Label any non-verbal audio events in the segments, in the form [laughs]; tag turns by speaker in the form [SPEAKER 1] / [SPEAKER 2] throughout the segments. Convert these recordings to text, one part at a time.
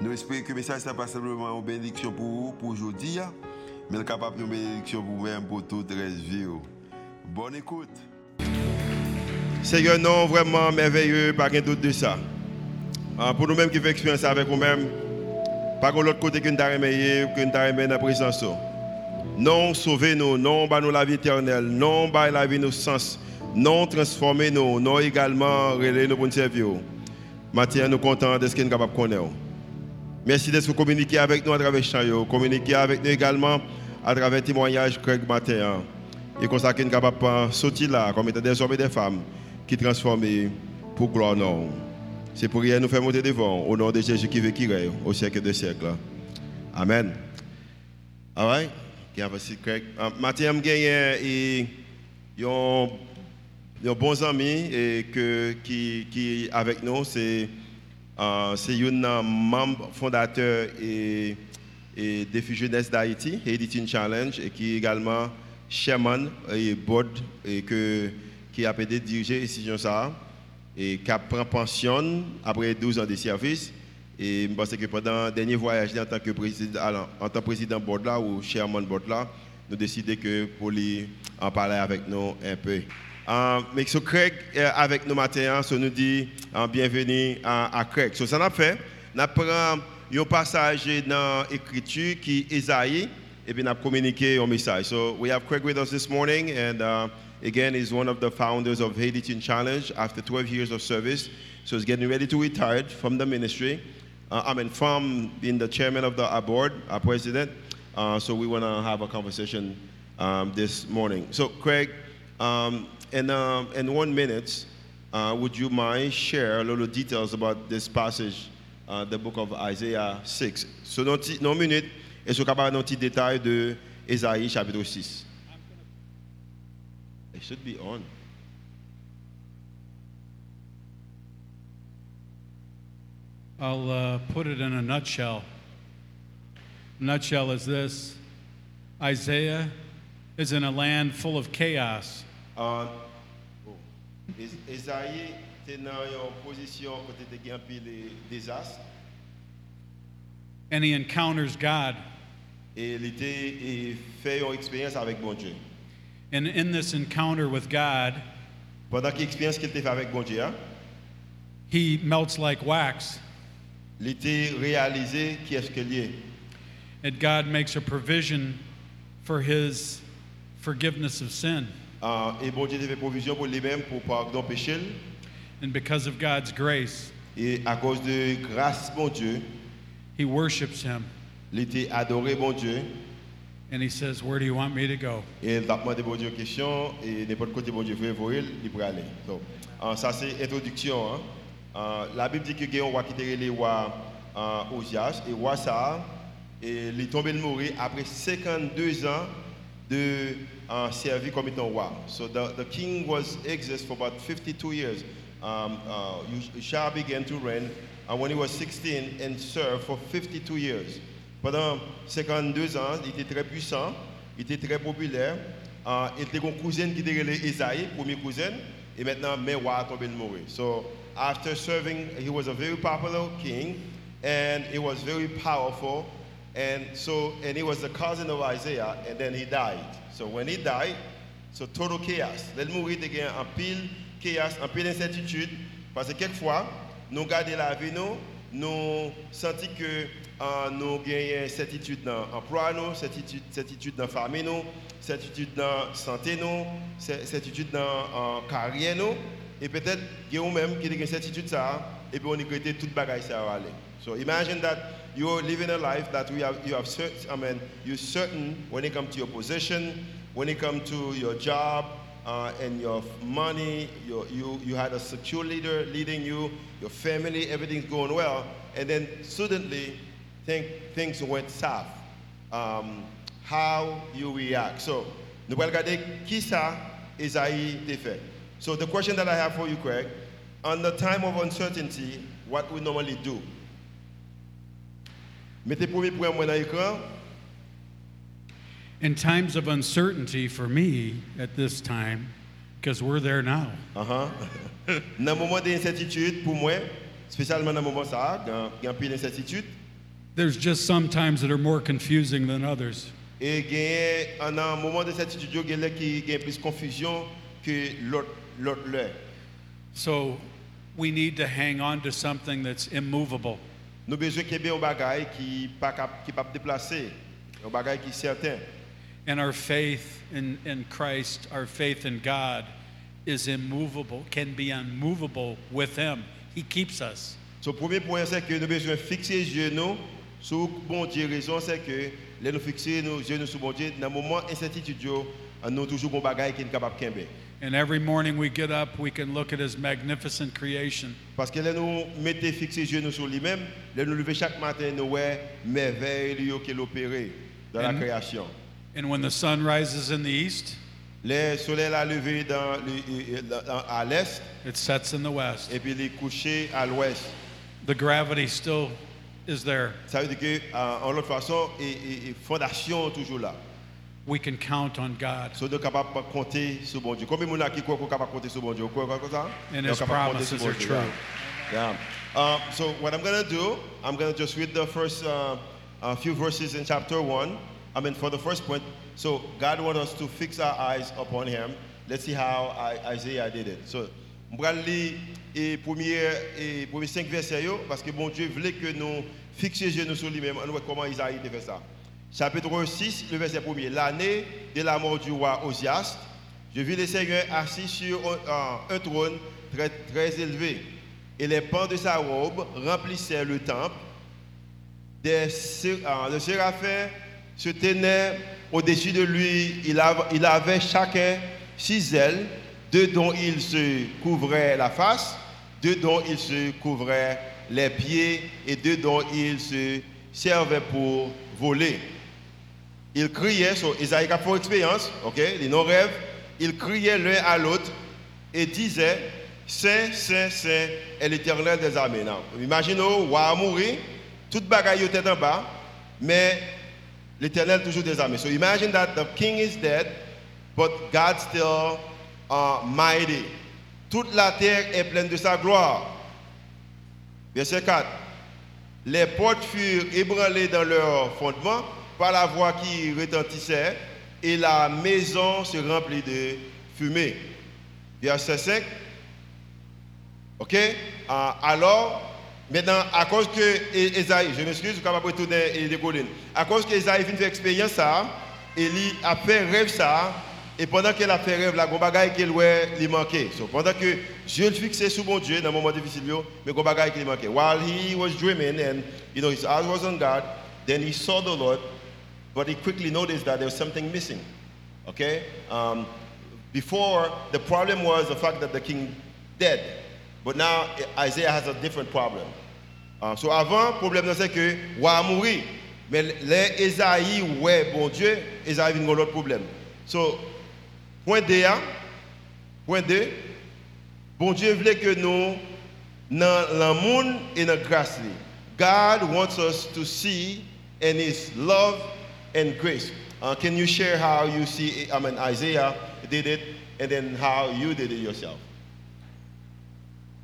[SPEAKER 1] Nous espérons que le message n'est pas simplement une bénédiction pour vous, pour aujourd'hui, hein. mais capable une bénédiction pour vous-même, pour toute la vie. oh. Bonne écoute. Seigneur, non, vraiment merveilleux, pas de doute de ça. Ah, pour nous-mêmes qui faisons expérience avec nous-mêmes, pas de l'autre côté que nous avons que nous avons dans la présence. oh. Non, sauvez-nous, non, bah nous la vie éternelle, non, bah la vie nos sens, non, transformez-nous, non, également, relevez-nous pour nous servir. Maintenant, nous contents de ce que nous sommes capables de connaître. oh. Merci d'être communiqué avec nous à travers Chayo, communiquer avec nous également à travers témoignage Craig Matin. hein. Et comme ça, nous capable de sortir là, comme étant des hommes et des femmes qui transforment pour gloire non. C'est pour rien nous faire monter devant, au nom de Jésus qui veut qui règne au siècle des siècles. hein. Amen. All right? Qui a passé Craig? Ah, Matin, j'ai un bon ami et que, qui, qui avec nous, c'est. Uh, c'est un membre fondateur et, et Défi Jeunesse d'Haïti, Editing Challenge, et qui est également chairman et board et que, qui a été dirigé ici, ça, et qui a pris pension après 12 ans de service. Et je pense que pendant le dernier voyage en tant que président, ah en tant que président board là, ou chairman board là, nous décidé que pour lui en parler avec nous un peu. Uh, mais ce so Craig euh, avec nous matin, ça so nous dit uh, bienvenue à, à Craig. So, ça n'a fait, nous prenons un passage dans l'écriture qui est Isaïe, et puis nous communiqué un message. So we have Craig with us this morning, and uh, again, he's one of the founders of Haitian Challenge after 12 years of service. So he's getting ready to retire from the ministry. Uh, I mean, from being the chairman of the uh, board, our president. Uh, so we want to have a conversation um, this morning. So Craig, um, in, um, in one minute, uh, would you mind share a little details about this passage, uh, the book of Isaiah 6? So, non, ti, non minute, et ce capable non petit détail de Isaïe chapitre 6. It should be on.
[SPEAKER 2] I'll uh, put it in a nutshell. Nutshell is this Isaiah is in a land full of chaos.
[SPEAKER 1] Uh, bon. Esaïe était dans une position côté de gain pile désastre
[SPEAKER 2] And he encounters God.
[SPEAKER 1] et il était il fait une expérience avec bon Dieu.
[SPEAKER 2] And in this encounter with God,
[SPEAKER 1] Pendant l'expérience qu'il était fait avec bon Dieu, hein,
[SPEAKER 2] he melts like wax.
[SPEAKER 1] il était réalisé qui est-ce qu'il est.
[SPEAKER 2] And God makes a provision for his forgiveness of sin.
[SPEAKER 1] Ah, et bon Dieu a fait provision pour lui-même pour pardon péché
[SPEAKER 2] And because of God's grace,
[SPEAKER 1] et à cause de grâce bon Dieu,
[SPEAKER 2] he worships him.
[SPEAKER 1] il était adoré bon Dieu
[SPEAKER 2] And he says, Where do you want me to go?
[SPEAKER 1] et il a demandé bon Dieu question et n'importe côté bon Dieu veut voyer il peut aller. Donc, ah, ça c'est introduction. hein. Ah, la Bible dit que Guéon roi qui était le roi ah, Osias et roi ça et il est tombé de mourir après 52 ans de uh, servir comme étant roi. So the, the king was exist for about 52 years. Um, uh, Ushah began to reign uh, when he was 16 and served for 52 years. Pendant 52 ans, il était très puissant, il était très populaire. Uh, il était un cousin qui était appelé Esaïe, premier cousin, et maintenant, mais roi a tombé de mourir. So after serving, he was a very popular king and he was very powerful. And so, and he was the cousin of Isaiah, and then he died. So when he died, so total chaos. Del mourir te gen en pile chaos, en pile incertitude, parce que quelquefois, nous gardons la vie nous, nous sentons que ah, nous gagnons certitude dans l'emploi nous, certitude, certitude dans la famille nous, certitude dans la santé nous, cer- certitude dans la carrière nous, et peut-être gagnons même qui a une certitude ça, et puis on regrette toute bagaille ça va aller. So imagine that you're living a life that we have, you have certain, I mean, you're certain when it comes to your position, when it comes to your job uh, and your money, your, you, you had a secure leader leading you, your family, everything's going well. And then suddenly, think things went south, um, how you react. So, nous allons regarder qui ça Esaïe t'a fait. So, the question that I have for you, Craig, on the time of uncertainty, what we normally do? Mettez premier point moi dans l'écran.
[SPEAKER 2] In times of uncertainty for me at this time, because we're there now,
[SPEAKER 1] Uh-huh. [laughs] Dans le moment d'incertitude, pour moi, spécialement dans le moment ça, quand il y a plus d'incertitude,
[SPEAKER 2] there's just some times that are more confusing than others.
[SPEAKER 1] et gagner en un moment d'incertitude, il y a là qui gagne plus confusion que l'autre l'autre l'heure.
[SPEAKER 2] So we need to hang on to something that's immovable.
[SPEAKER 1] Nous besoin qu'il y ait un bagage qui pas cap- qui pas déplacer, un bagage qui est certain.
[SPEAKER 2] And our faith in, in Christ, our faith in God, is immovable, can be unmovable with Him. He keeps us.
[SPEAKER 1] So, premier point, c'est que nous besoin fixer les yeux nous sur bon Dieu. Raison, c'est que les nous fixer nos yeux nous sur bon Dieu. Dans le moment d'incertitude, yo, on nous toujours un bagage qui est capable de faire.
[SPEAKER 2] And every morning we get up, we can look at His magnificent creation.
[SPEAKER 1] Parce que là, nous mettons fixer les yeux nous sur lui-même, là, nous lever chaque matin, nous ouais merveille lui, yo, qu'il opéré dans la
[SPEAKER 2] Amen.
[SPEAKER 1] création.
[SPEAKER 2] And when the sun rises in the east,
[SPEAKER 1] Le soleil a levé dans le- euh, dans- à l'est
[SPEAKER 2] it sets in the west.
[SPEAKER 1] et puis il est couché à l'ouest.
[SPEAKER 2] The gravity still is there.
[SPEAKER 1] Ça veut dire que, euh, en l'autre façon, et, et- et fondation toujours là.
[SPEAKER 2] We can count on God
[SPEAKER 1] Sont nous capables de compter sur bon Dieu. Combien de gens qui croient qu'on est capable de compter sur bon Dieu? Vous croyez comme ça?
[SPEAKER 2] And
[SPEAKER 1] Nous
[SPEAKER 2] his
[SPEAKER 1] sommes capables de compter
[SPEAKER 2] promises
[SPEAKER 1] sur bon
[SPEAKER 2] are
[SPEAKER 1] Dieu,
[SPEAKER 2] true.
[SPEAKER 1] Yeah. Yeah. Um, so what I'm going to do, I'm going to just read the first uh, uh, few verses in chapter 1. I mean, for the first point. So God wants us to fix our eyes upon him. Let's see how I, Isaiah did it. So, je vais lire eh, les premiers et premiers cinq versets yo, parce que bon Dieu voulait que nous fixions les yeux nous sur lui-même. On voit comment Isaïe a fait ça. Chapitre 6, le verset 1er. L'année de la mort du roi Osias, je vis le Seigneur assis sur un, un- un trône très, très élevé, et les pans de sa robe remplissaient le temple. Des, sé- ah, le séraphim se tenait au-dessus de lui. Il, av- il avait chacun six ailes, deux dont il se couvrait la face, deux dont il se couvrait les pieds et deux dont il se servait pour voler. Il criait, so, Isaïe a fait expérience, ok, les non-rêves, il criait l'un à l'autre et disait, Saint, Saint, Saint est l'éternel des armées. Now, Imaginez-vous, roi a mouru, toute bagaille était en bas, mais l'éternel toujours des armées. So imagine that the king is dead, but God still uh, mighty. Toute la terre est pleine de sa gloire. Verset 4. Les portes furent ébranlées dans leur fondement par la voix qui retentissait et la maison se remplit de fumée. Verset 5. OK Ah, Alors, maintenant, à cause que E- Esaïe, je m'excuse, je suis capable de retourner et décoller. À cause que Esaïe vient faire expérience ça, Élie a fait rêve ça, et pendant qu'elle a fait rêve, la gon bagaille qu'elle ouais, lui manquait. So, pendant que Dieu le fixait sous bon Dieu dans un moment difficile, yo, mais gon bagaille qui lui manquait. While he was dreaming and, you know, his eyes was on God, then he saw the Lord, but he quickly noticed that there was something missing. Okay? Um, before, the problem was the fact that the king dead. But now eh, Isaiah has a different problem. Uh, so avant, problème nan, c'est que roi a mouri. Mais les Esaïe, ouais, bon Dieu, Esaïe vient l'autre problème. So, point D, hein? point D, bon Dieu voulait que nous, dans l'amour et dans la grâce, li. God wants us to see in his love and grace. Uh, can you share how you see, I mean, Isaiah did it and then how you did it yourself?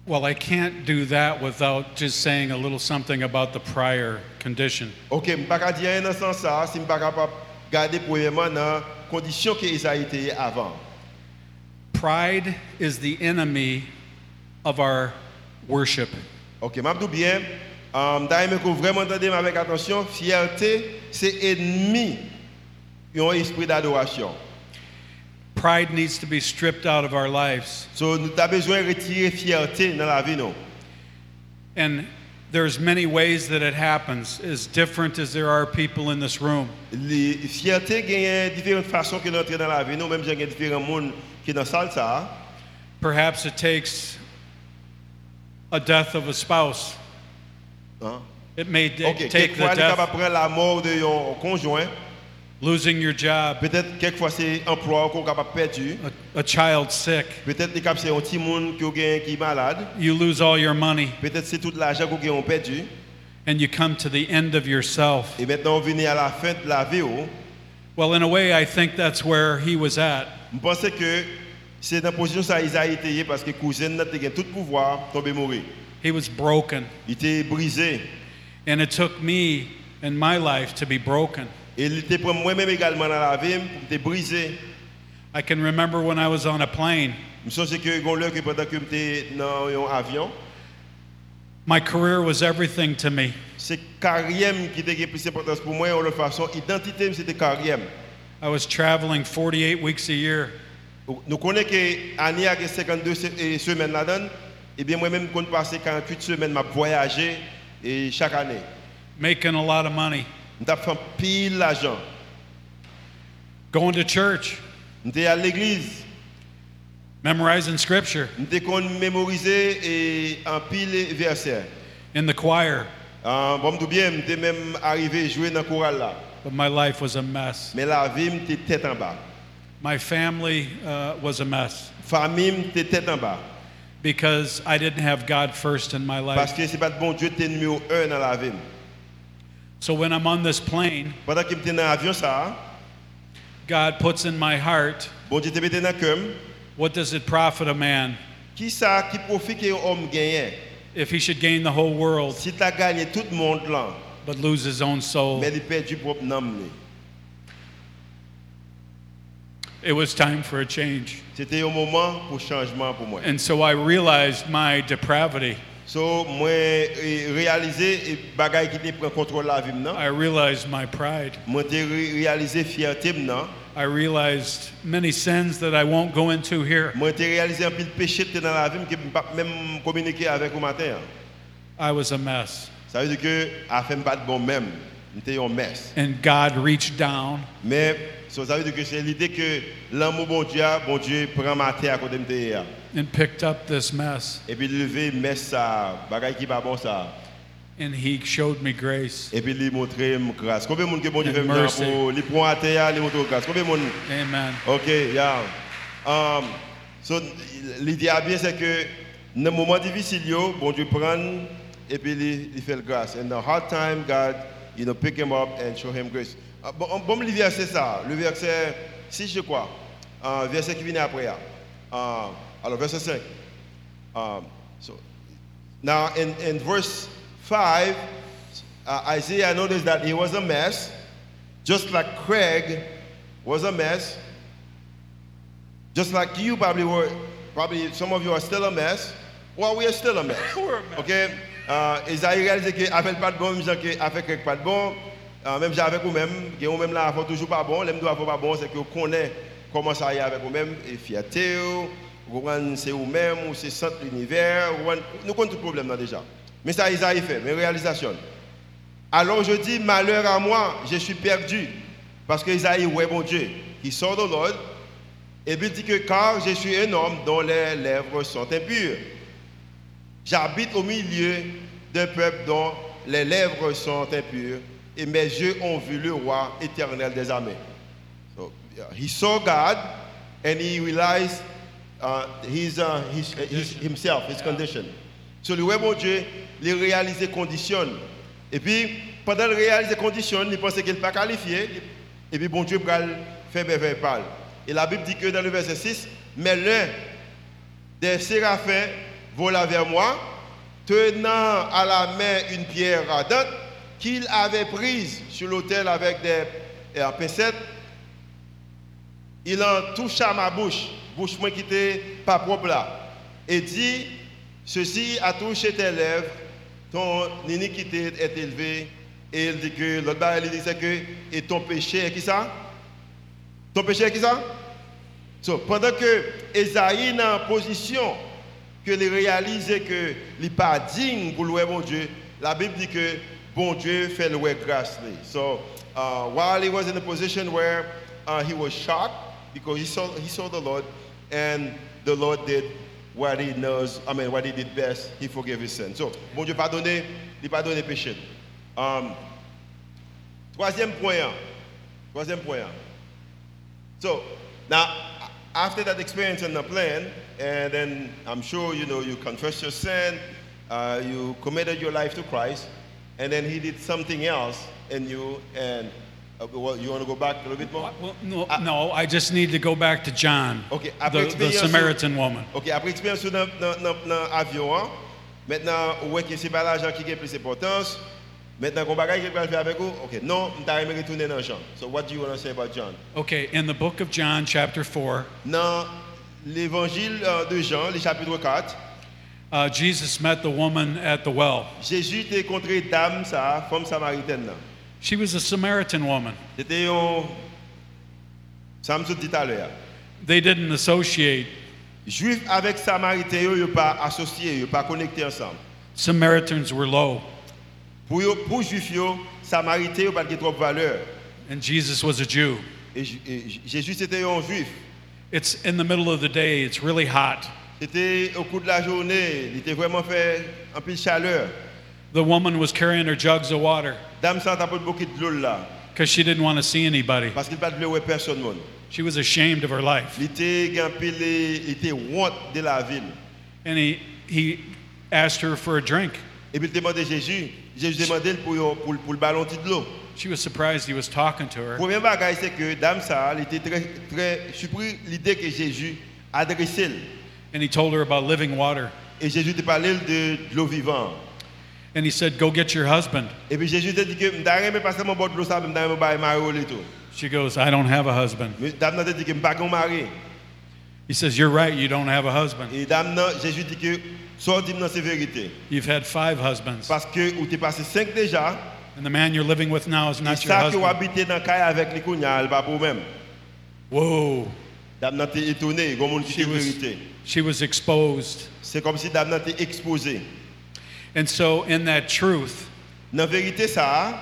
[SPEAKER 2] Well, I can't do that without just saying a little something about the prior condition.
[SPEAKER 1] Ok, je ne peux pas dire rien dans ce sens ça, si je ne peux pas garder premièrement dans la condition que Isaïe était avant.
[SPEAKER 2] Pride is the enemy of our worship.
[SPEAKER 1] Ok, je dis bien, um, d'ailleurs, que vraiment entendez avec attention, fierté, c'est ennemi, ils ont un esprit d'adoration.
[SPEAKER 2] Pride needs to be stripped out of our lives.
[SPEAKER 1] So, nous avons besoin de retirer fierté dans la vie, non?
[SPEAKER 2] And there's many ways that it happens, as different as there are people in this room.
[SPEAKER 1] Les fierté gagne différentes façons que d'entrer dans la vie, non? Même si il y a différents mondes qui sont dans la salle, ça.
[SPEAKER 2] Perhaps it takes a death of a spouse.
[SPEAKER 1] Hein?
[SPEAKER 2] It may d-
[SPEAKER 1] Ok,
[SPEAKER 2] take the
[SPEAKER 1] quelquefois, il est capable
[SPEAKER 2] death,
[SPEAKER 1] de prendre la mort de son conjoint.
[SPEAKER 2] losing your job,
[SPEAKER 1] Peut-être quelquefois, c'est emploi qu'on est capable de perdu.
[SPEAKER 2] a, a child sick,
[SPEAKER 1] Peut-être il est capable, c'est un petit monde qui est qui est malade.
[SPEAKER 2] you lose all your money,
[SPEAKER 1] Peut-être c'est tout l'argent qu'on a perdu.
[SPEAKER 2] and you come to the end of yourself.
[SPEAKER 1] Et maintenant, on vient à la fin de la vie. oh.
[SPEAKER 2] Well, in a way, I think that's where he was at.
[SPEAKER 1] Je pensais que c'est dans la position ça Isaïe était parce que cousin n'a pas tout pouvoir, tombé mourir.
[SPEAKER 2] He was broken.
[SPEAKER 1] Il était brisé.
[SPEAKER 2] And it took me and my life to be broken.
[SPEAKER 1] Et il était pour moi-même également dans la vie, il était brisé.
[SPEAKER 2] I can remember when I was on a plane,
[SPEAKER 1] Je pense que gon l'heure que pendant que j'étais dans un avion,
[SPEAKER 2] my career was everything to me.
[SPEAKER 1] c'est carrière qui était le plus importante pour moi. De toute façon, identité, c'était carrière.
[SPEAKER 2] I was traveling 48 weeks a year.
[SPEAKER 1] Nous connaissons que année a 52 se- e, et semaines là-dedans. Et e bien moi-même, quand passé 48 semaines, m'a voyagé et chaque année.
[SPEAKER 2] making a lot of money,
[SPEAKER 1] J'ai fait pile l'argent.
[SPEAKER 2] going to church,
[SPEAKER 1] J'étais à l'église.
[SPEAKER 2] memorizing scripture
[SPEAKER 1] Nous avons mémorisé et en pile verset.
[SPEAKER 2] in the choir,
[SPEAKER 1] En bon tout bien, nous même arrivé jouer dans le choral là.
[SPEAKER 2] but my life was a mess.
[SPEAKER 1] Mais la vie, m'était tête en bas.
[SPEAKER 2] My family uh, was a mess
[SPEAKER 1] Famille, m'était tête en bas.
[SPEAKER 2] because I didn't have God first in my
[SPEAKER 1] Parce
[SPEAKER 2] life.
[SPEAKER 1] que c'est pas de bon Dieu, t'es numéro un dans la vie.
[SPEAKER 2] So when I'm on this plane,
[SPEAKER 1] Pendant que j'étais dans l'avion ça,
[SPEAKER 2] God puts in my heart,
[SPEAKER 1] bon Dieu t'es mis dans le cœur.
[SPEAKER 2] what does it profit a man
[SPEAKER 1] Qui ça qui profite que homme gagne?
[SPEAKER 2] if he should gain the whole world
[SPEAKER 1] Si tu as gagné tout le monde là,
[SPEAKER 2] but lose his own soul?
[SPEAKER 1] mais il perd du propre nom. lui.
[SPEAKER 2] It was time for a change.
[SPEAKER 1] C'était un moment pour changement pour moi.
[SPEAKER 2] And so I realized my depravity.
[SPEAKER 1] So, moi, eh, réalisé et bagaille qui te prend contrôle la vie maintenant.
[SPEAKER 2] I realized my pride.
[SPEAKER 1] Moi, j'ai réalisé fierté maintenant.
[SPEAKER 2] I realized many sins that I won't go into here.
[SPEAKER 1] Moi, j'ai réalisé un pile péché que dans la vie que je pas même communiquer avec au matin. hein.
[SPEAKER 2] I was a mess.
[SPEAKER 1] Ça veut dire que, à faire pas de bon même, j'étais en messe.
[SPEAKER 2] And God reached down
[SPEAKER 1] Mais, so, ça veut dire que c'est l'idée que l'amour bon Dieu, a, bon Dieu prend ma terre à côté de terre.
[SPEAKER 2] and picked up this mess,
[SPEAKER 1] Et puis, lever messe ça, bagaille qui pas bon ça.
[SPEAKER 2] and He showed me grace.
[SPEAKER 1] Et puis, lui montrer me grâce. Combien de monde que bon Dieu fait maintenant
[SPEAKER 2] Mercy.
[SPEAKER 1] pour lui prendre à terre, lui montrer grâce. Combien de monde
[SPEAKER 2] Amen.
[SPEAKER 1] Ok, yeah. Um, so, l'idée à bien, c'est que dans les moments difficiles, yo, bon Dieu prend et puis il, il fait le grâce. In the hard time, God, you know, pick him up and show him grace. Ah, bon, bon, le verset ça, le verset 6, je crois. Ah, verset qui vient après. ah. Ah, alors, verset 5. Um, so, now, in, in verse 5, uh, Isaiah noticed that he was a mess, just like Craig was a mess, just like you probably were, probably some of you are still a mess. Well, we are still a mess.
[SPEAKER 2] [laughs] We're a mess.
[SPEAKER 1] Okay? Uh, Isaiah réalisé que avec pas de bon, même gens qui avec Craig pas de bon, uh, même j'ai avec vous-même, qui vous-même là, faut toujours pas bon, l'aime doit pas bon, c'est que vous connaissez comment ça y est avec vous-même, et fierté, vous comprenez, c'est vous-même, ou c'est centre de l'univers, vous comprenez- nous comptons tout problème là déjà. Mais ça, Isaïe fait, mais réalisation. Alors je dis, malheur à moi, je suis perdu. Parce que Isaïe, ouais, mon Dieu, il sort de l'ordre. Et puis il dit que car je suis un homme dont les lèvres sont impures. J'habite au milieu d'un peuple dont les lèvres sont impures. Et mes yeux ont vu le roi éternel des armées. So, yeah, he saw God and he realized uh, his, uh, his, his, himself, his condition. So, le ouais, bon Dieu, il réalise condition. Et puis, pendant qu'il réalise condition, il pensait qu'il n'est pas qualifié. Et puis, bon Dieu, il fait merveille par. Et la Bible dit que dans le verset 6, mais l'un des séraphins vola vers moi, tenant à la main une pierre ardente qu'il avait prise sur l'autel avec des euh, pincettes. Il en toucha ma bouche, bouche moi qui était pas propre là, et dit Ceci a touché tes lèvres, ton iniquité est élevée. Et il dit que, l'autre barre, il dit c'est que, et ton péché est qui ça Ton péché est qui ça So, pendant que Esaïe est en position que les réaliser que n'est pas digne pour louer mon Dieu, la Bible dit que bon Dieu fait louer grâce. lui. So, uh, while he was in a position where uh, he was shocked because he saw, he saw the Lord and the Lord did what he knows, I mean, what he did best, he forgave his sin. So, bon Dieu pardonné, il pardonné péché. Um, troisième point. hein. Troisième point. hein. So now, a- after that experience in the plane, and then I'm sure you know you confessed your sin, uh, you committed your life to Christ, and then He did something else in you. And uh, well, you want to go back a little bit more?
[SPEAKER 2] Well, no, no, I just need to go back to John,
[SPEAKER 1] Okay, après
[SPEAKER 2] the, the
[SPEAKER 1] expérience-
[SPEAKER 2] Samaritan woman.
[SPEAKER 1] Ok, apre eksperyans nan, nan, nan, nan avyon an, maintenant, ou wè ki se pa l'ajan ki gen plis importans, maintenant kon bagay ki pral fè avèk ou, ok, non, mta reme retounen nan Jean. So what do you want to say about John?
[SPEAKER 2] Okay, in the book of John, chapter 4,
[SPEAKER 1] Nan l'évangile euh, de Jean, le chapitre 4,
[SPEAKER 2] uh, Jesus met the woman at the well.
[SPEAKER 1] Jésus te kontre dam sa, fòm samariten nan.
[SPEAKER 2] She was a Samaritan woman.
[SPEAKER 1] Se te yon, sa msou dit alè ya.
[SPEAKER 2] They didn't associate.
[SPEAKER 1] Juif avèk samariten yo, yo pa asosye, yo pa konekte ansam.
[SPEAKER 2] Samaritans were low,
[SPEAKER 1] Pou, yo, pou juif yo, samariten yo pat ge trop valeur.
[SPEAKER 2] and Jesus was a Jew.
[SPEAKER 1] Et, J- et J- Jésus c'était un juif.
[SPEAKER 2] It's in the middle of the day, it's really hot.
[SPEAKER 1] C'était au cours de la journée, il était vraiment fait en pile chaleur.
[SPEAKER 2] The woman was carrying her jugs of water
[SPEAKER 1] Dame ça t'a pas beaucoup de l'eau là,
[SPEAKER 2] because she didn't want to see anybody.
[SPEAKER 1] parce qu'il pas de l'eau personne. Monde.
[SPEAKER 2] She was ashamed of her life.
[SPEAKER 1] Il était en pile, il était honte de la ville.
[SPEAKER 2] And he, he asked her for a drink.
[SPEAKER 1] Et puis il demandait Jésus, Jésus demandait pour, yon- pour, pour le ballon de l'eau.
[SPEAKER 2] She was surprised he was talking to her.
[SPEAKER 1] Première bagaille, c'est que dame ça, il était très, très surpris l'idée que Jésus adressait. elle.
[SPEAKER 2] And he told her about living water.
[SPEAKER 1] Et Jésus te parlait de, de l'eau vivante.
[SPEAKER 2] And he said, Go get your husband.
[SPEAKER 1] Et puis Jésus te dit que je ne pas seulement boire de l'eau, ça, mais je ne pas marier et tout.
[SPEAKER 2] She goes, I don't have a husband.
[SPEAKER 1] Mais Dame nan te dit que je ne pas qu'on marie.
[SPEAKER 2] He says, You're right, you don't have a husband.
[SPEAKER 1] Et dame nan, Jésus dit que sorti dans ces vérités.
[SPEAKER 2] You've had five husbands.
[SPEAKER 1] Parce que ou t'es passé cinq déjà,
[SPEAKER 2] And the man you're living with now is
[SPEAKER 1] et
[SPEAKER 2] not your
[SPEAKER 1] ça que ou
[SPEAKER 2] husband.
[SPEAKER 1] habité dans le caille avec les cougnas, elle pas pour même.
[SPEAKER 2] Whoa.
[SPEAKER 1] Dame nan t'es étonné, comme on dit
[SPEAKER 2] She
[SPEAKER 1] la
[SPEAKER 2] was,
[SPEAKER 1] vérité.
[SPEAKER 2] she was exposed.
[SPEAKER 1] C'est comme si dame nan t'es exposé.
[SPEAKER 2] And so, in that truth,
[SPEAKER 1] Dans la vérité ça,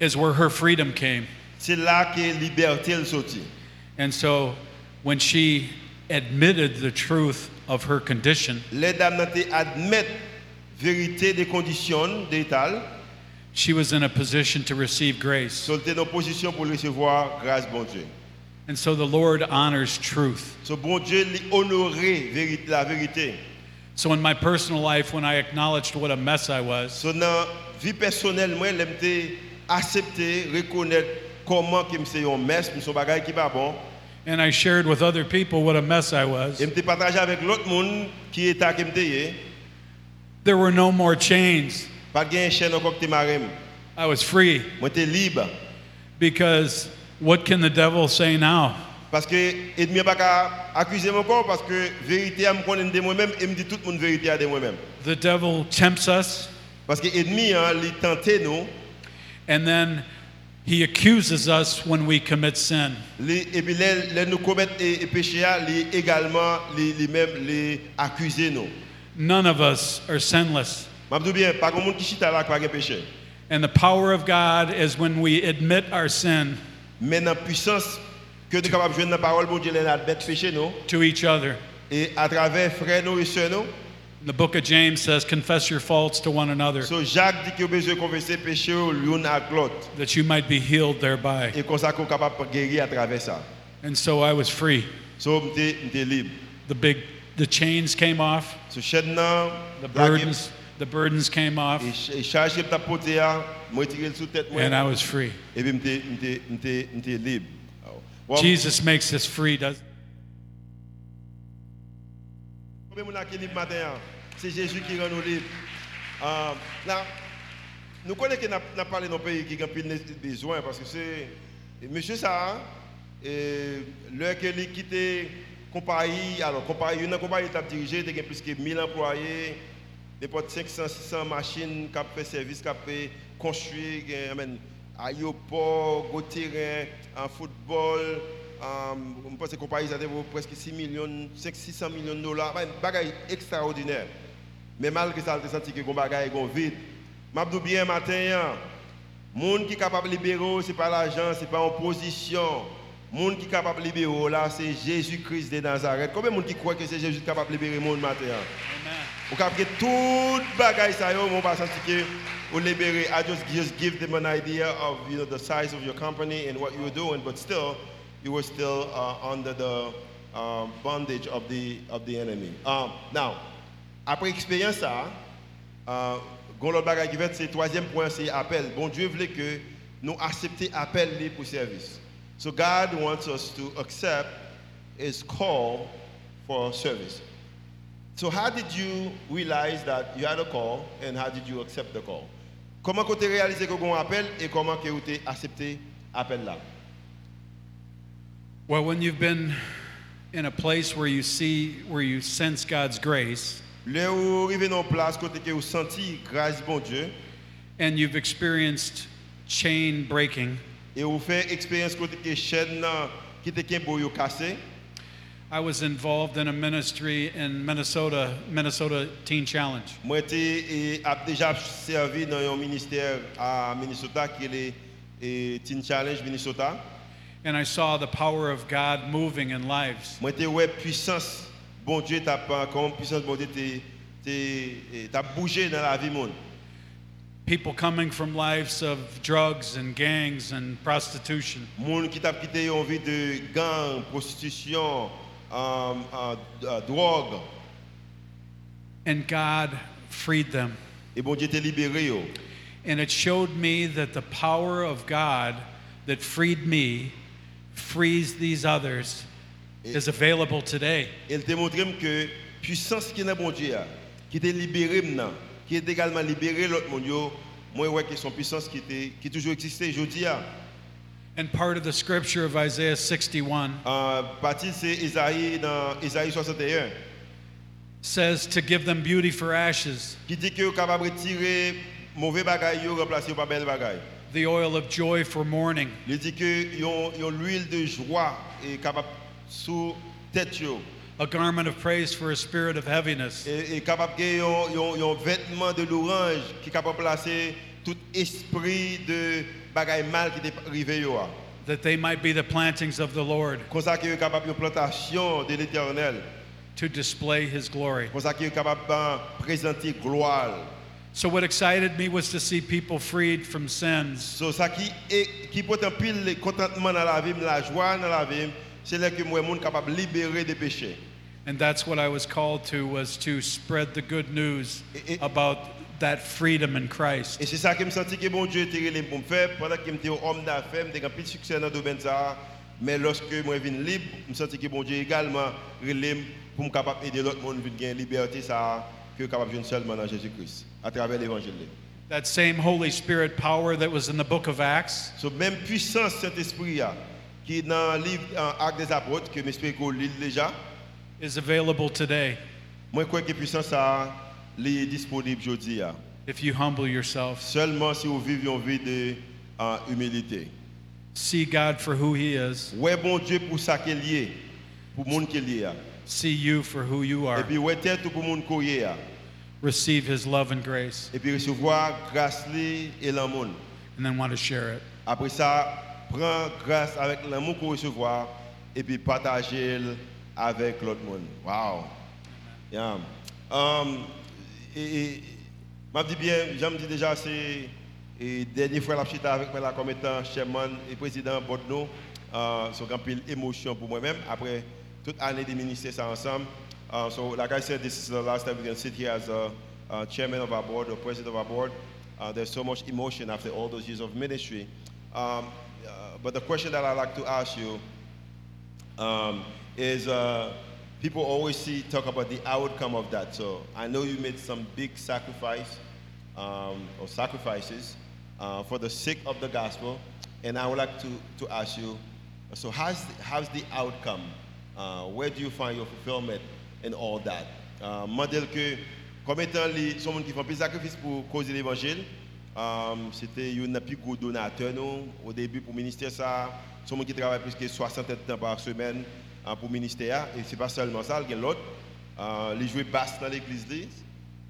[SPEAKER 2] is where her freedom came.
[SPEAKER 1] c'est là que la liberté elle sortit.
[SPEAKER 2] And so, when she admitted the truth of her condition,
[SPEAKER 1] Les dames nan t'es admettent vérité des conditions d'étal,
[SPEAKER 2] she was in a position to receive grace.
[SPEAKER 1] sont dans position pour recevoir grâce bon Dieu.
[SPEAKER 2] And so, the Lord honors truth.
[SPEAKER 1] Ce bon Dieu lui honorer vérité- la vérité.
[SPEAKER 2] So, in my personal life, when I acknowledged what a mess I was,
[SPEAKER 1] So, dans la vie personnelle, moi, j'aime accepter, reconnaître comment que je suis un mess, je suis un bagage qui n'est pas bon.
[SPEAKER 2] and I shared with other people what a mess I was,
[SPEAKER 1] Et je partager avec l'autre monde qui est à qui je suis.
[SPEAKER 2] there were no more chains.
[SPEAKER 1] Pas de chaîne encore qui marre.
[SPEAKER 2] I was free
[SPEAKER 1] Moi, je suis libre.
[SPEAKER 2] because what can the devil say now?
[SPEAKER 1] Parce que l'ennemi n'a pas accusé encore parce que la vérité me connaît de moi-même et me dit tout le monde la vérité à de moi-même.
[SPEAKER 2] The devil tempts us,
[SPEAKER 1] Parce que l'ennemi, hein, il tentait nous,
[SPEAKER 2] and then he accuses us when we commit sin.
[SPEAKER 1] li- et puis les, nous commettre et, et péché, hein, il également, il il même, il accuser nous.
[SPEAKER 2] None of us are sinless.
[SPEAKER 1] Je dis bien, pas de monde qui chita là, pas de péché.
[SPEAKER 2] And the power of God is when we admit our sin
[SPEAKER 1] Mais dans la puissance que nous sommes capables de jouer dans la parole, bon Dieu, nous admettons péché nous.
[SPEAKER 2] to each other.
[SPEAKER 1] Et à travers frères nous et sœurs nous,
[SPEAKER 2] The book of James says, Confess your faults to one another,
[SPEAKER 1] so Jacques dit qu'il a besoin de confesser péché l'un à l'autre.
[SPEAKER 2] that you might be healed thereby.
[SPEAKER 1] Et comme ça, qu'on est capable de guérir à travers ça.
[SPEAKER 2] And so I was free.
[SPEAKER 1] So, j'étais libre.
[SPEAKER 2] The big the chains came off,
[SPEAKER 1] Ce chaîne là,
[SPEAKER 2] the
[SPEAKER 1] la-
[SPEAKER 2] burdens, the burdens came off,
[SPEAKER 1] et ch- et e charge que t'as porté là, moi tiré le sous tête moi.
[SPEAKER 2] and I was free.
[SPEAKER 1] Et puis j'étais- j'étais- j'étais j'étais libre. Bon,
[SPEAKER 2] Jesus makes us free, does
[SPEAKER 1] Combien de gens qui sont libres matin hein? C'est Jésus qui rend nous libres. Euh, là, nous connaissons que nous avons parlé d'un pays qui a plus de besoin parce que c'est. et Monsieur ça, hein, euh, l'heure qu'il a quitté compagnie, alors compagnie, une compagnie qui a dirigé, il y a plus que 1000 employés, n'importe 500, 600 machines qui ont fait service, qui ont fait construire, qui ont amené aéroport, gros terrain, en football. euh, Je pense que la compagnie ça vaut presque 6 millions, 5 600 millions de dollars. Ben, bagaille extraordinaire. Mais malgré ça, je senti que les bagaille est vide. Je dis bien matin, hein, Moun qui est capable de libérer, ce n'est pas l'argent, ce n'est pas en position. Moun qui est capable de libérer, là, c'est Jésus-Christ de Nazareth. Combien de monde qui croit que c'est Jésus qui est capable de libérer le monde matin? hein?
[SPEAKER 2] Amen.
[SPEAKER 1] Ou kapke tout bagay sa yo, moun pa santi ke Olebere, I just just give them an idea of you know the size of your company and what you were doing, but still, you were still uh, under the um, bondage of the of the enemy. Um, now, après expérience ça, euh, gon l'autre bagay ki vet, c'est troisième point, c'est appel. Bon Dieu voulait que nous accepter appel li pour service. So God wants us to accept His call for service. So how did you realize that you had a call and how did you accept the call? Comment que tu réalisé que vous appel et comment que tu accepté appel là?
[SPEAKER 2] Well, when you've been in a place where you see, where you sense God's grace,
[SPEAKER 1] Le ou rive nan plas kote ke ou senti grâce bon Dieu
[SPEAKER 2] and you've experienced chain breaking,
[SPEAKER 1] et ou fe expérience kote ke chen nan ki te ken bo yo kase.
[SPEAKER 2] I was involved in a ministry in Minnesota, Minnesota Teen Challenge.
[SPEAKER 1] Mwen te e, ap deja servi nan yon minister a Minnesota ki le e, Teen Challenge Minnesota.
[SPEAKER 2] And I saw the power of God moving in lives.
[SPEAKER 1] Mwen te wè puissance bon Dieu tap kon puissance bon Dieu te te e, tap bougé nan la vi moun.
[SPEAKER 2] People coming from lives of drugs and gangs and prostitution.
[SPEAKER 1] Moun ki tap kite yon vi de gang, prostitusyon, um, uh, uh, drog,
[SPEAKER 2] And God freed them.
[SPEAKER 1] e bon Dieu te libere yo.
[SPEAKER 2] And it showed me that the power of God that freed me frees these others is available today.
[SPEAKER 1] El te montre m ke puissance ki nan bon Dieu a, ki te libere m nan, ki te egalman libere lot moun yo, mwen wè ki son puissance ki, te, ki toujou eksiste jodi a.
[SPEAKER 2] And part of the scripture of Isaiah 61
[SPEAKER 1] Uh, Pati se Ezaïe dans Ezaïe 61,
[SPEAKER 2] says to give them beauty for ashes,
[SPEAKER 1] ki di ke yo kapab retire mauvais bagay yo, remplase yo pa bel bagay.
[SPEAKER 2] the oil of joy for mourning,
[SPEAKER 1] Li di ke yon, yon l'huile de joie e kapab sou tèt yo,
[SPEAKER 2] a garment of praise for a spirit of heaviness.
[SPEAKER 1] e, e kapab gen yon, yon, yon vêtement de l'orange ki kapab plase tout esprit de bagay mal ki te rive yo a.
[SPEAKER 2] that they might be the plantings of the Lord
[SPEAKER 1] Comme ça qu'il est capable de plantation de l'éternel.
[SPEAKER 2] to display his glory.
[SPEAKER 1] Comme ça qu'il est capable de présenter gloire.
[SPEAKER 2] So, what excited me was to see people freed from sins,
[SPEAKER 1] So, ça qui, est, qui porte en pile le contentement dans la vie, la joie dans la vie, c'est là que moi, je suis capable de libérer des péchés.
[SPEAKER 2] and that's what I was called to was to spread the good news
[SPEAKER 1] It- it-
[SPEAKER 2] about that freedom in Christ.
[SPEAKER 1] Et c'est ça que je senti que bon Dieu était relé pour me faire. Pendant que j'étais homme d'affaires, j'étais un petit succès dans le domaine de ça. Mais lorsque je suis libre, je senti que bon Dieu également relé pour me capable aider l'autre monde à gagner liberté, ça, que je suis capable de vivre seulement dans Jésus-Christ, à travers l'évangile.
[SPEAKER 2] That same Holy Spirit power that was in the book of Acts
[SPEAKER 1] So, même puissance cet esprit là qui est dans le livre en Actes des apôtres que m'espère qu'on lit déjà.
[SPEAKER 2] is available today
[SPEAKER 1] Moi je crois que puissance ça est disponible aujourd'hui là.
[SPEAKER 2] if you humble yourself.
[SPEAKER 1] Seulement si vous vivez une vie de euh, humilité.
[SPEAKER 2] See God for who he is,
[SPEAKER 1] Ouais bon Dieu pour ça qu'il y est, pour monde qu'il y a.
[SPEAKER 2] see you for who you
[SPEAKER 1] Et
[SPEAKER 2] are,
[SPEAKER 1] puis ouais tête pour monde qu'on y a.
[SPEAKER 2] receive his love and grace,
[SPEAKER 1] hein. Et puis recevoir grâce li et l'amour.
[SPEAKER 2] and then want to share it.
[SPEAKER 1] Après ça, prends grâce avec l'amour qu'on recevoir et puis partager avec l'autre monde. Wow. Yeah. Um, et, et m'a dit bien, j'en me dis déjà c'est et dernier fois la chita avec moi là comme étant chairman et président Bordeaux, euh, son grand pile émotion pour moi-même après toute année de ministère ça ensemble. Uh, so like I said, this is the last time we can sit here as a, uh chairman of our board or president of our board. Uh, there's so much emotion after all those years of ministry. Um, uh, but the question that I like to ask you um, is uh, people always see talk about the outcome of that. So I know you made some big sacrifice um, or sacrifices uh, for the sake of the gospel, and I would like to, to ask you. So how's the, how's the outcome? Uh, where do you find your fulfillment in all that? Uh, modèle que comme étant les sont monde qui font plus sacrifice pour causer l'évangile. Um, c'était un des plus gros donateurs nous, au début pour le ministère. Ça, c'est monde qui travaille plus que 60 temps par semaine euh, pour le ministère. Et ce n'est pas seulement ça, il y a l'autre. Euh, il joue basse dans l'église. lui.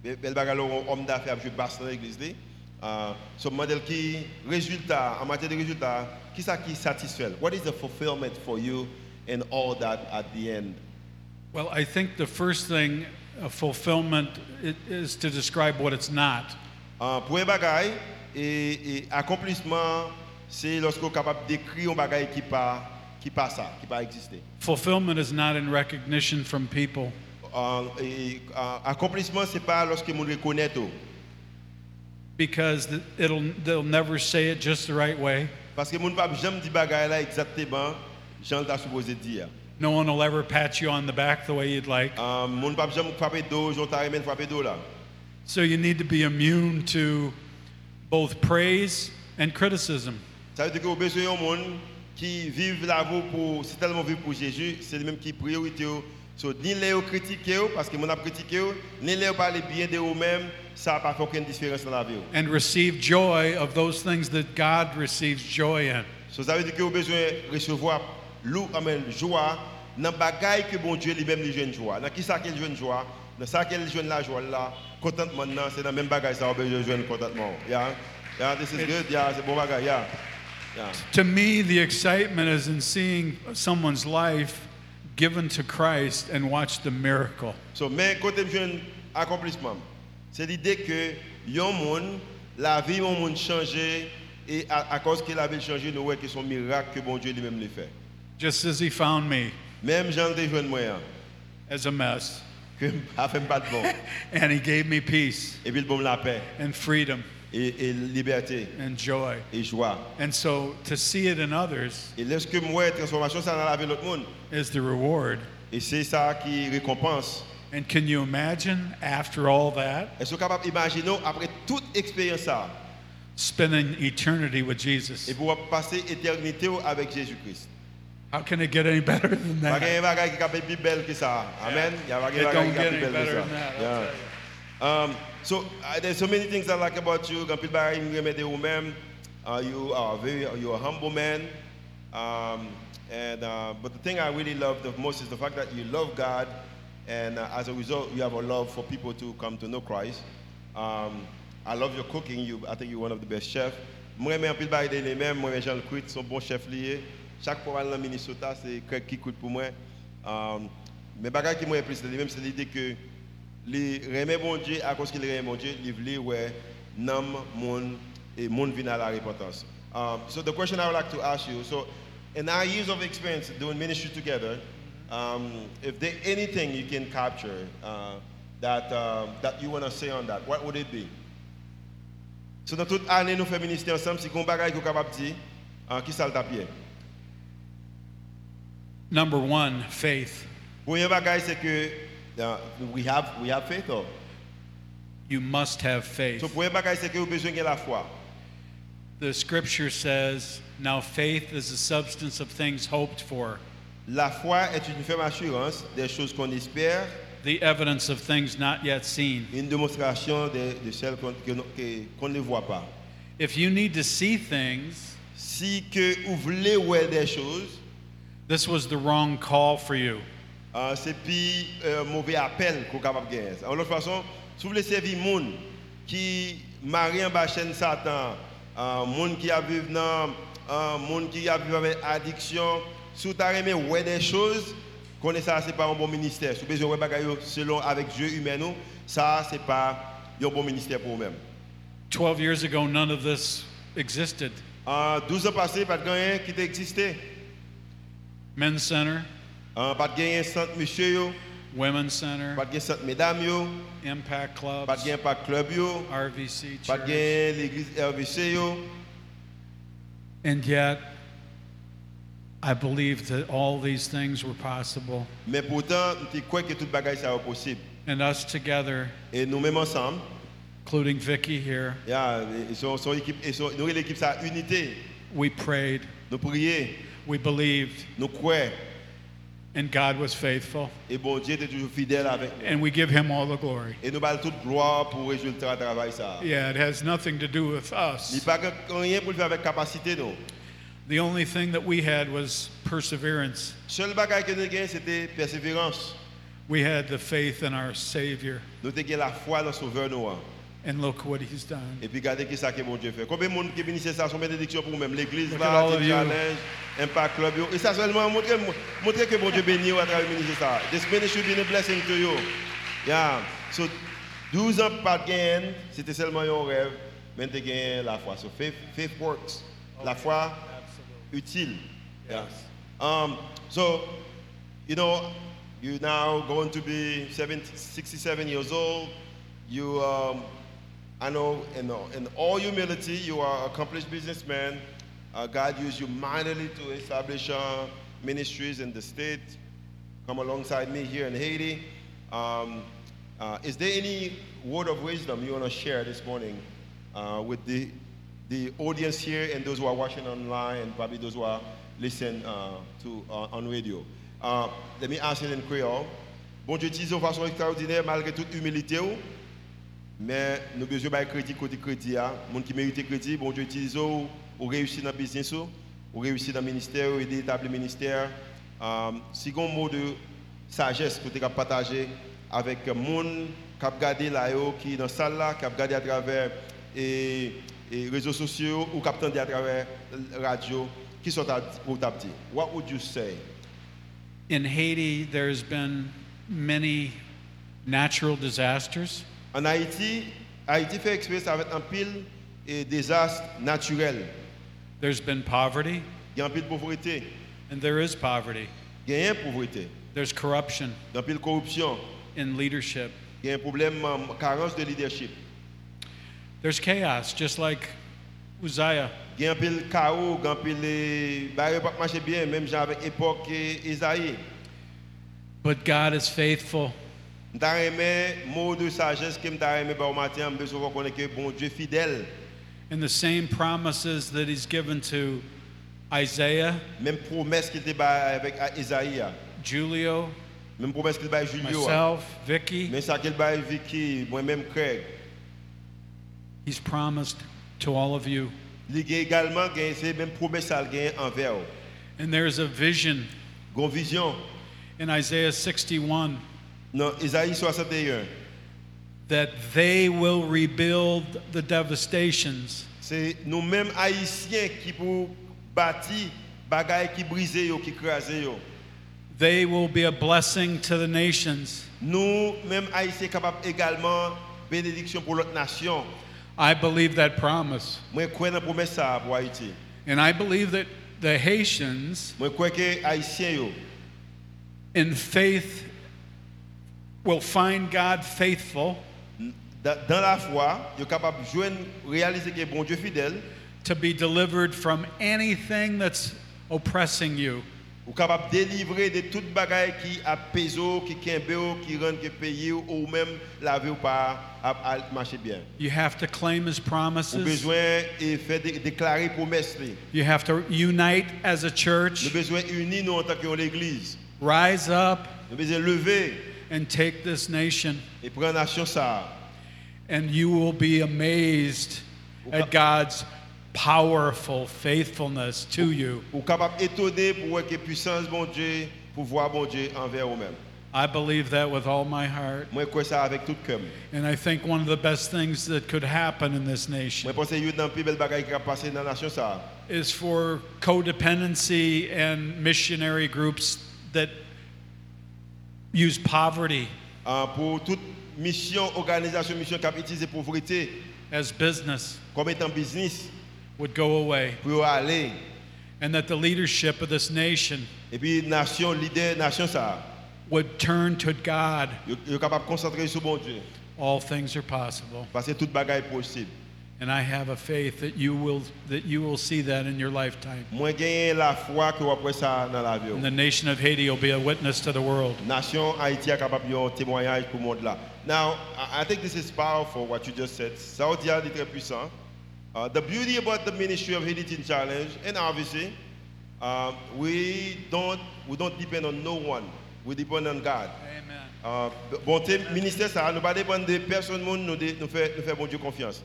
[SPEAKER 1] Bel bel bagay lor, un homme d'affaires joue basse dans l'église. lui. Euh, so, modèle qui, résultat, en matière de résultat, qui ça qui satisfait? What is the fulfillment for you and all that at the end?
[SPEAKER 2] Well, I think the first thing, uh, fulfillment, i- is to describe what it's not.
[SPEAKER 1] En premier bagage, et, et accomplissement, c'est lorsqu'on est capable d'écrire un bagage qui pas qui pas ça, qui pas existé.
[SPEAKER 2] Fulfillment is not in recognition from people.
[SPEAKER 1] En- et- en- accomplissement, c'est pas lorsque monde reconnaît tout.
[SPEAKER 2] because th- it'll, they'll never say it just the right way.
[SPEAKER 1] Parce que monde pas jamais dit bagage là exactement, Jean t'a supposé dire.
[SPEAKER 2] No one will ever pat you on the back the way you'd like.
[SPEAKER 1] Euh, Moun pap jam frappé dos, j'en t'a remen frappé dos là.
[SPEAKER 2] So you need to be immune to both praise and criticism.
[SPEAKER 1] Ça veut dire que vous avez besoin d'un monde qui vivent là vous pour, c'est tellement vivre pour Jésus, c'est le même qui priorité. yo. So, ni les critiquer parce que mon a critiqué, yo, ni les parler bien de eux-mêmes, ça n'a pas fait aucune différence dans la vie. yo.
[SPEAKER 2] and receive joy of those things that God receives joy in.
[SPEAKER 1] So, ça veut dire que vous avez besoin de recevoir lou, amen, joie dans les bagailles que bon Dieu lui-même les jeunes joie. Dans qui ça qu'elle jeune joie, dans ça qu'elle jeune la joie là, contentement là, c'est dans le même bagaille ça, vous avez besoin de jeune contentement. Yeah, yeah, this is good, yeah, c'est bon bagaille, yeah. yeah.
[SPEAKER 2] To me, the excitement is in seeing someone's life given to Christ and watch the miracle.
[SPEAKER 1] So, mais côté jeune accomplissement, c'est l'idée que yon monde, la vie yon monde changé et à, à cause que la vie changé, nous voyons que son miracle que bon Dieu lui-même le fait.
[SPEAKER 2] Just as He found me
[SPEAKER 1] Même Jean des jeunes moyens
[SPEAKER 2] as a mess,
[SPEAKER 1] hein, que [laughs] a fait pas de bon
[SPEAKER 2] and He gave me peace
[SPEAKER 1] et puis le bon la paix
[SPEAKER 2] and freedom
[SPEAKER 1] et, et liberté
[SPEAKER 2] and joy.
[SPEAKER 1] et joie.
[SPEAKER 2] And so to see it in others
[SPEAKER 1] Et lorsque moi transformation ça dans la vie de l'autre monde
[SPEAKER 2] is the reward.
[SPEAKER 1] et c'est ça qui récompense.
[SPEAKER 2] And can you imagine after all that,
[SPEAKER 1] Est-ce que vous êtes capable d'imaginer après toute expérience ça
[SPEAKER 2] spending eternity with Jesus?
[SPEAKER 1] et pouvoir passer éternité avec Jésus-Christ?
[SPEAKER 2] How can it get any better than
[SPEAKER 1] Il n'y a
[SPEAKER 2] that?
[SPEAKER 1] pas de bagaille qui est capable de plus belle que ça. Amen. Il n'y a pas de
[SPEAKER 2] It
[SPEAKER 1] bagaille
[SPEAKER 2] don't
[SPEAKER 1] qui est
[SPEAKER 2] get any
[SPEAKER 1] capable de plus
[SPEAKER 2] better
[SPEAKER 1] belle
[SPEAKER 2] than that.
[SPEAKER 1] que
[SPEAKER 2] I'll
[SPEAKER 1] ça.
[SPEAKER 2] tell you.
[SPEAKER 1] Yeah. Um, so uh, there's so many things I like about you. Quand plus de bagaille, vous remettez vous-même. Uh, you are very, you're a humble man. Um, and uh, but the thing I really love the most is the fact that you love God, and uh, as a result, you have a love for people to come to know Christ. Um, I love your cooking. You, I think you're one of the best chefs. Moi, j'aime un peu le bail des mêmes. Moi, j'aime le cuit, son bon chef lié. Chaque fois, dans Minnesota, c'est Craig qui coûte pour moi. Um, mais bagages qui m'ont plus les mêmes, c'est l'idée que les remet bon Dieu, à cause qu'il remet bon Dieu, il voulait, ouais, nom, monde, et monde vient à la repentance. Um, so the question I would like to ask you, so in our years of experience doing ministry together, um, if there anything you can capture uh, that, um, that you want to say on that, what would it be? So dans toute année, nous faisons ministère ensemble, si on bagaille qu'on est capable de dire, euh, qui ça le tapier?
[SPEAKER 2] Number one, faith.
[SPEAKER 1] Premier bagaille, c'est que euh, we, have, we have faith, or?
[SPEAKER 2] You must have
[SPEAKER 1] So
[SPEAKER 2] faith.
[SPEAKER 1] premier bagaille, c'est que vous avez besoin de la foi.
[SPEAKER 2] The scripture says, Now faith is the substance of things hoped for,
[SPEAKER 1] La foi est une ferme assurance des choses qu'on espère,
[SPEAKER 2] the evidence of things not yet seen.
[SPEAKER 1] une démonstration de, de celles qu'on que non- que- qu'on ne voit pas.
[SPEAKER 2] If you need to see things,
[SPEAKER 1] Si que vous voulez voir des choses,
[SPEAKER 2] this was the wrong call for you.
[SPEAKER 1] euh, c'est puis euh, mauvais appel qu'on est capable de gagner. En l'autre façon, si vous voulez servir les gens qui marient en bas chaîne Satan, euh, monde qui a vécu dans, euh, monde qui a vécu avec addiction, si vous avez aimé voir des choses, connaissez ça, c'est pas un bon ministère. Si vous avez besoin de voir des choses selon avec Dieu humain, nous, ça, c'est pas un bon ministère pour vous-même.
[SPEAKER 2] Twelve years ago, none of this existed.
[SPEAKER 1] En 12 ans passés, pas de gagné qui existait.
[SPEAKER 2] Men's Center,
[SPEAKER 1] En pas de gagné centre monsieur, yo,
[SPEAKER 2] Women's Center,
[SPEAKER 1] pas de gagné centre mesdames, yo,
[SPEAKER 2] Impact
[SPEAKER 1] pas de
[SPEAKER 2] Clubs,
[SPEAKER 1] gagné pas de club, yo,
[SPEAKER 2] RVC
[SPEAKER 1] pas de
[SPEAKER 2] Church.
[SPEAKER 1] gagné l'église RVC. Yo.
[SPEAKER 2] And yet, I believe that all these things were possible.
[SPEAKER 1] Mais pourtant, je crois que tout bagage ça est possible.
[SPEAKER 2] And us together,
[SPEAKER 1] Et nous-mêmes ensemble,
[SPEAKER 2] including Vicky here,
[SPEAKER 1] ya, et son, son équipe, et son, nous et l'équipe ça unité.
[SPEAKER 2] we prayed,
[SPEAKER 1] Nous prions,
[SPEAKER 2] we believed,
[SPEAKER 1] nous croyons.
[SPEAKER 2] and God was faithful.
[SPEAKER 1] Et bon Dieu est toujours fidèle avec nous.
[SPEAKER 2] And we give him all the glory.
[SPEAKER 1] Et nous ballons toute gloire pour le résultat du travail ça.
[SPEAKER 2] Yeah, it has nothing to do with
[SPEAKER 1] Il n'y a
[SPEAKER 2] us.
[SPEAKER 1] pas que- rien pour le faire avec capacité non.
[SPEAKER 2] The only thing that we had was perseverance.
[SPEAKER 1] Seul bagage que nous avons, c'était persévérance.
[SPEAKER 2] We had the faith in our Savior.
[SPEAKER 1] Nous avons la foi dans le Sauveur hein. noir.
[SPEAKER 2] And look what he's done.
[SPEAKER 1] Et puis regardez qui ça que mon Dieu fait. Combien de monde qui bénissent ça, son bénédiction pour vous-même. L'église,
[SPEAKER 2] Look at
[SPEAKER 1] là,
[SPEAKER 2] all of
[SPEAKER 1] le
[SPEAKER 2] you.
[SPEAKER 1] challenge, Impact Club. yo. Et ça seulement, montrez, montrez que mon Dieu bénit ou à travers le ministère ça. This ministry should be a blessing to you. Yeah. So, 12 ans pas de gain, c'était seulement un rêve, mais tu gagné la foi. So faith, faith works. La foi utile. Yeah. Um, so, you know, you now going to be 70, 67 years old. You, um, I know, in, in all humility, you are accomplished businessman. Uh, God used you mightily to establish uh, ministries in the state. Come alongside me here in Haiti. Um, uh, is there any word of wisdom you want to share this morning uh, with the, the audience here and those who are watching online and probably those who are listening uh, to uh, on radio? Uh, let me ask it in Creole. Bon Dieu utilise de façon extraordinaire malgré toute humilité, ou, mais nous besoin de crédit côté crédit. Hein. Monde qui mérite crédit, bon Dieu utilise ou, ou réussir dans le business, ou, ou réussir dans le ministère, ou aider à établir le ministère. Um, second mot de sagesse que tu as partagé avec les gens qui ont regardé là qui dans la salle là, qui ont regardé à travers les réseaux sociaux ou qui ont entendu à travers la radio, qui sont à dit. What would you say?
[SPEAKER 2] In Haiti, there's been many natural disasters.
[SPEAKER 1] En Haïti, Haïti fait expérience avec un pile et désastre naturel.
[SPEAKER 2] There's been poverty,
[SPEAKER 1] Il y a un pile pauvreté,
[SPEAKER 2] and there is poverty.
[SPEAKER 1] il y a un pauvreté,
[SPEAKER 2] There's corruption
[SPEAKER 1] il y a un pile corruption,
[SPEAKER 2] in leadership.
[SPEAKER 1] il y a un problème um, carence de leadership,
[SPEAKER 2] There's chaos, just like Uzziah.
[SPEAKER 1] il y a un pile chaos, il y a un pile eh, bah, pas marcher bien, même genre avec époque eh, Esaïe.
[SPEAKER 2] But God is faithful.
[SPEAKER 1] M'ta aimé mot de sagesse que m'ta aimé par matin, me besoin qu'on que bon Dieu fidèle,
[SPEAKER 2] And the same promises that he's given to Isaiah,
[SPEAKER 1] même promesse qu'il était ba- avec ah, Esaïe, ah.
[SPEAKER 2] Julio,
[SPEAKER 1] même promesse qu'il bail Julio, ah.
[SPEAKER 2] myself, Vicky.
[SPEAKER 1] mais ça qu'il bail Vicky, moi-même Craig.
[SPEAKER 2] He's promised to all of you.
[SPEAKER 1] Il a également gagné ces mêmes promesses qu'il gagne envers. eux.
[SPEAKER 2] And there's a vision
[SPEAKER 1] Gon vision
[SPEAKER 2] in Isaiah 61
[SPEAKER 1] dans Esaïe 61,
[SPEAKER 2] that they will rebuild the devastations
[SPEAKER 1] c'est nous-mêmes haïtiens qui pour bâtir bagaille qui brisé yo, qui crasé yo.
[SPEAKER 2] They will be a blessing to the nations.
[SPEAKER 1] Nous mêmes haïtiens capables également bénédiction pour l'autre nation.
[SPEAKER 2] I believe that promise.
[SPEAKER 1] Moi crois dans promesse ça pour Haïti.
[SPEAKER 2] And I believe that the Haitians
[SPEAKER 1] Moi crois que haïtiens yo
[SPEAKER 2] in faith will find God faithful
[SPEAKER 1] dans dans la foi, yo capable joindre réaliser que bon Dieu fidèle,
[SPEAKER 2] to be delivered from anything that's oppressing you.
[SPEAKER 1] ou capable délivrer de toute bagaille qui apaise ou, qui kembe ou, qui rend que pays ou, ou même la vie ou pas à, à marcher bien.
[SPEAKER 2] You have to claim his
[SPEAKER 1] Nous
[SPEAKER 2] promises.
[SPEAKER 1] besoin et faire dé- déclarer promesse. li.
[SPEAKER 2] You have to unite as a
[SPEAKER 1] Nous
[SPEAKER 2] church,
[SPEAKER 1] besoin unir nous en tant qu'église.
[SPEAKER 2] rise up
[SPEAKER 1] Nous besoin lever
[SPEAKER 2] and take this nation.
[SPEAKER 1] et prendre nation ça.
[SPEAKER 2] And you will be amazed at God's powerful faithfulness to you.
[SPEAKER 1] Ou capable étonner pour voir que puissance bon Dieu, pour voir bon Dieu envers vous-même.
[SPEAKER 2] I believe that with all my heart.
[SPEAKER 1] Moi, je crois ça avec tout cœur.
[SPEAKER 2] And I think one of the best things that could happen in this
[SPEAKER 1] Moi, je
[SPEAKER 2] nation
[SPEAKER 1] pense que c'est une des plus belles bagailles qui a passé dans la nation ça.
[SPEAKER 2] is for codependency and missionary groups that use poverty
[SPEAKER 1] Ah, pour toute mission, organisation, mission qui a utilisé pauvreté
[SPEAKER 2] as business
[SPEAKER 1] comme étant business
[SPEAKER 2] would go away.
[SPEAKER 1] pour aller.
[SPEAKER 2] And that the leadership of this nation
[SPEAKER 1] Et puis, nation, leader, nation ça.
[SPEAKER 2] would turn to God.
[SPEAKER 1] Ils sont capables de concentrer sur bon Dieu.
[SPEAKER 2] All things are possible.
[SPEAKER 1] Parce que toute bagaille est possible.
[SPEAKER 2] And I have a faith that you will that you will see that in your lifetime.
[SPEAKER 1] Moi, j'ai la foi que vous après ça dans la vie.
[SPEAKER 2] And the nation of Haiti will be a witness to the world.
[SPEAKER 1] Nation Haïti est capable de faire un témoignage pour le monde là. Now, I- I think this is powerful what you just said. Ça on dit ah, c'est très puissant. Uh, the beauty about the ministry of Haitian Challenge, and obviously, um, we don't we don't depend on no one. We depend on God.
[SPEAKER 2] Amen.
[SPEAKER 1] Uh, bonté ministère ça, nous pas dépendre de personne, monde, nous dé- nous fait nous fait bon Dieu confiance.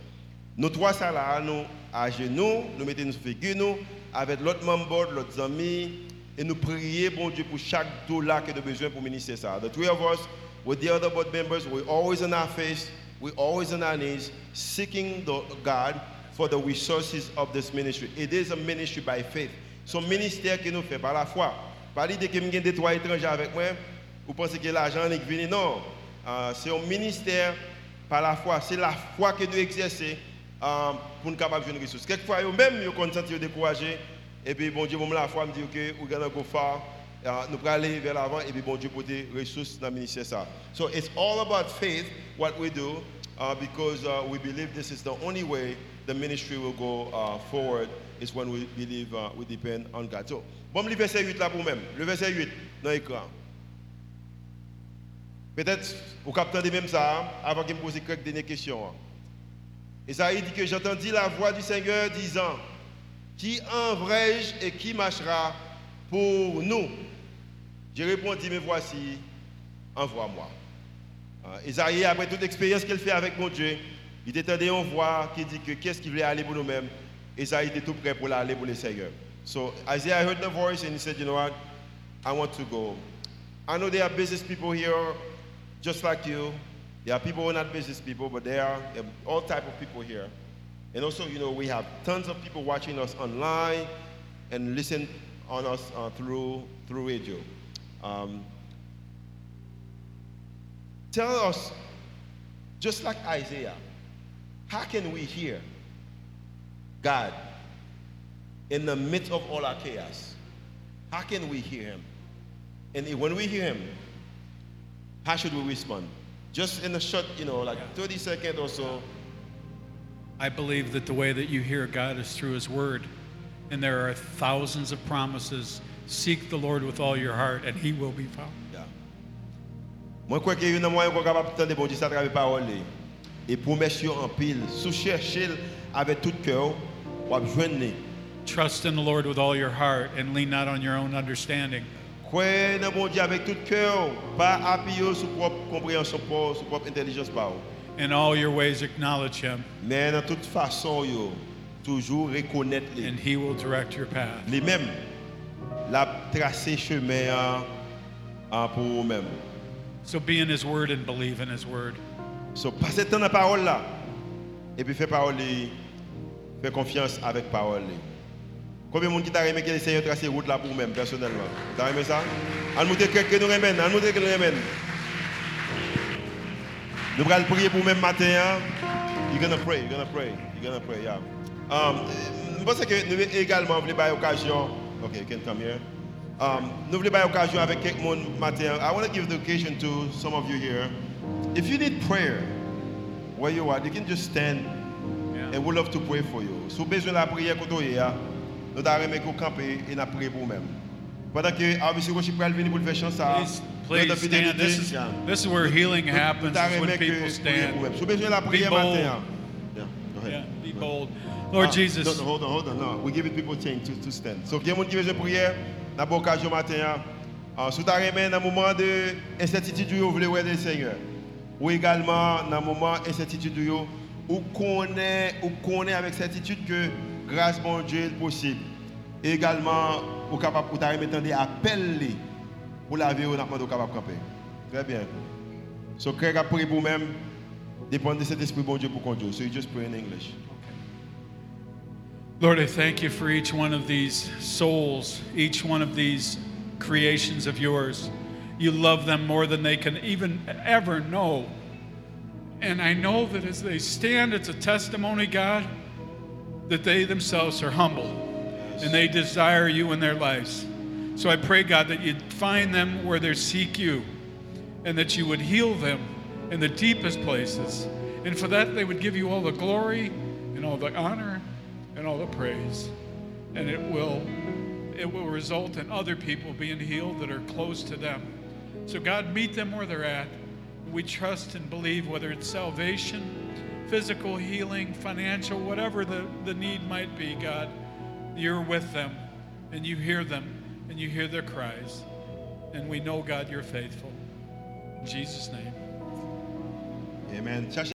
[SPEAKER 1] Nous trois ça là, nous à genoux, nous mettons nos figures nous avec l'autre membre, l'autre ami et nous prier bon Dieu pour chaque dollar que nous avons besoin pour ministère ça. The three of us with the other board members, we're always on our face, we're always on our knees seeking the God for the resources of this ministry. It is a ministry by faith. Son ministère que nous fait par la foi. Par l'idée que nous avons des trois étrangers avec moi, vous pensez que l'argent est venu? Non. Ah, c'est un Euh, ministère par la foi. C'est la foi que nous exerçons euh, pour nous capables de jouer une ressource. Quelquefois, eux-mêmes, ils sont sentis découragés. Et puis, bon Dieu, bon, la foi me dit, OK, nous allons go far. Uh, nous allons aller vers l'avant. Et puis, bon Dieu, pour des ressources dans le ministère. Ça. So, it's all about faith, what we do, uh, because uh, we believe this is the only way the ministry will go uh, forward, is when we believe uh, we depend on God. So, bon, le verset 8 là pour même. Le verset 8 dans l'écran. Peut-être au capteur de même ça, hein, avant qu'il me pose quelques dernières questions. hein. Esaïe dit que j'entendis la voix du Seigneur disant, qui enverrai-je et qui marchera pour nous J'ai répondu, mais voici, envoie-moi. Euh, Esaïe, après toute expérience qu'elle fait avec mon Dieu, il entendait une voix qui dit que qu'est-ce qu'il voulait aller pour nous-mêmes. Esaïe était tout prêt pour aller pour le Seigneur. So Isaiah heard the voice and he said, you know what, I want to go. I know there are business people here just like you. There are people who are not business people, but there are, there are all type of people here. And also, you know, we have tons of people watching us online and listen on us uh, through through radio. Um, tell us, just like Isaiah, how can we hear God in the midst of all our chaos? How can we hear Him? And when we hear Him, how should we respond? Just in a short, you know, like 30 seconds or so.
[SPEAKER 2] I believe that the way that you hear God is through His Word. And there are thousands of promises. Seek the Lord with all your heart, and He will be found.
[SPEAKER 1] Yeah. Moi, je crois qu'il y a un moyen qu'on est capable de bon Dieu ça à travers parole. Et promesse yo en pile, sous chercher avec tout cœur, ou à joindre.
[SPEAKER 2] Trust in the Lord with all your heart and lean not on your own understanding.
[SPEAKER 1] Croyez dans bon Dieu avec tout cœur, pas appuyé sur propre compréhension, pas sur propre intelligence. Pas.
[SPEAKER 2] In all your ways, acknowledge Him,
[SPEAKER 1] Mais de toute façon, yo, toujours reconnaître les,
[SPEAKER 2] and He will direct your path.
[SPEAKER 1] les mêmes. La tracer chemin hein, hein, pour eux-mêmes.
[SPEAKER 2] So be in His Word and believe in His Word.
[SPEAKER 1] So, passez temps dans la parole là. Et puis fais parole, fais confiance avec parole. Combien de monde qui t'a aimé que le Seigneur trace route là pour vous-même, personnellement T'as aimé ça On nous dit que nous remène, on nous dit que nous remène. Nous allons prier pour même matin. hein. You're gonna pray, you're gonna pray, you're gonna pray, yeah. Um, je pense que nous également voulons avoir occasion. Ok, you can come here. Um, nous voulons avoir occasion avec quelques monde matin. I want to give the occasion to some of you here. If you need prayer, where you are, you can just stand
[SPEAKER 2] Yeah.
[SPEAKER 1] and we love to pray for you. Si vous avez besoin de la prière que vous avez, nous allons vous camper et nous prier pour vous-même. Pendant que ah, monsieur Rochip va venir pour le faire chance à
[SPEAKER 2] Please, please stand. This is, this is where healing happens, is when people stand.
[SPEAKER 1] Si vous avez besoin de la prière
[SPEAKER 2] bold.
[SPEAKER 1] matin, yeah, go ahead.
[SPEAKER 2] Yeah, be bold. Lord
[SPEAKER 1] Ah, No,
[SPEAKER 2] Jesus,
[SPEAKER 1] no, hold on, hold on. No, we give it people change to, to stand. So, quelqu'un qui veut une prière, n'a pas occasion matin. Ah, sous ta remède, dans un moment d'incertitude, vous voulez voir le Seigneur. Ou également, dans un moment d'incertitude, vous connaissez, vous connaissez avec certitude que grâce à mon Dieu est possible. Et également, vous capable, vous t'arrêtez d'attendre, appelez pour la vie, vous n'avez pas capable de camper. Très bien. So, Craig a prié pour vous-même, dépend de cet esprit bon Dieu pour conduire. So, you just pray in English.
[SPEAKER 2] Lord, I thank you for each one of these souls, each one of these creations of yours. You love them more than they can even ever know. And I know that as they stand, it's a testimony, God, that they themselves are humble and they desire you in their lives. So I pray, God, that you'd find them where they seek you and that you would heal them in the deepest places. And for that, they would give you all the glory and all the honor and all the praise. And it will, it will result in other people being healed that are close to them. So, God, meet them where they're at. We trust and believe whether it's salvation, physical healing, financial, whatever the, the need might be, God, you're with them and you hear them and you hear their cries. And we know, God, you're faithful. In Jesus' name.
[SPEAKER 1] Amen. Cherchez-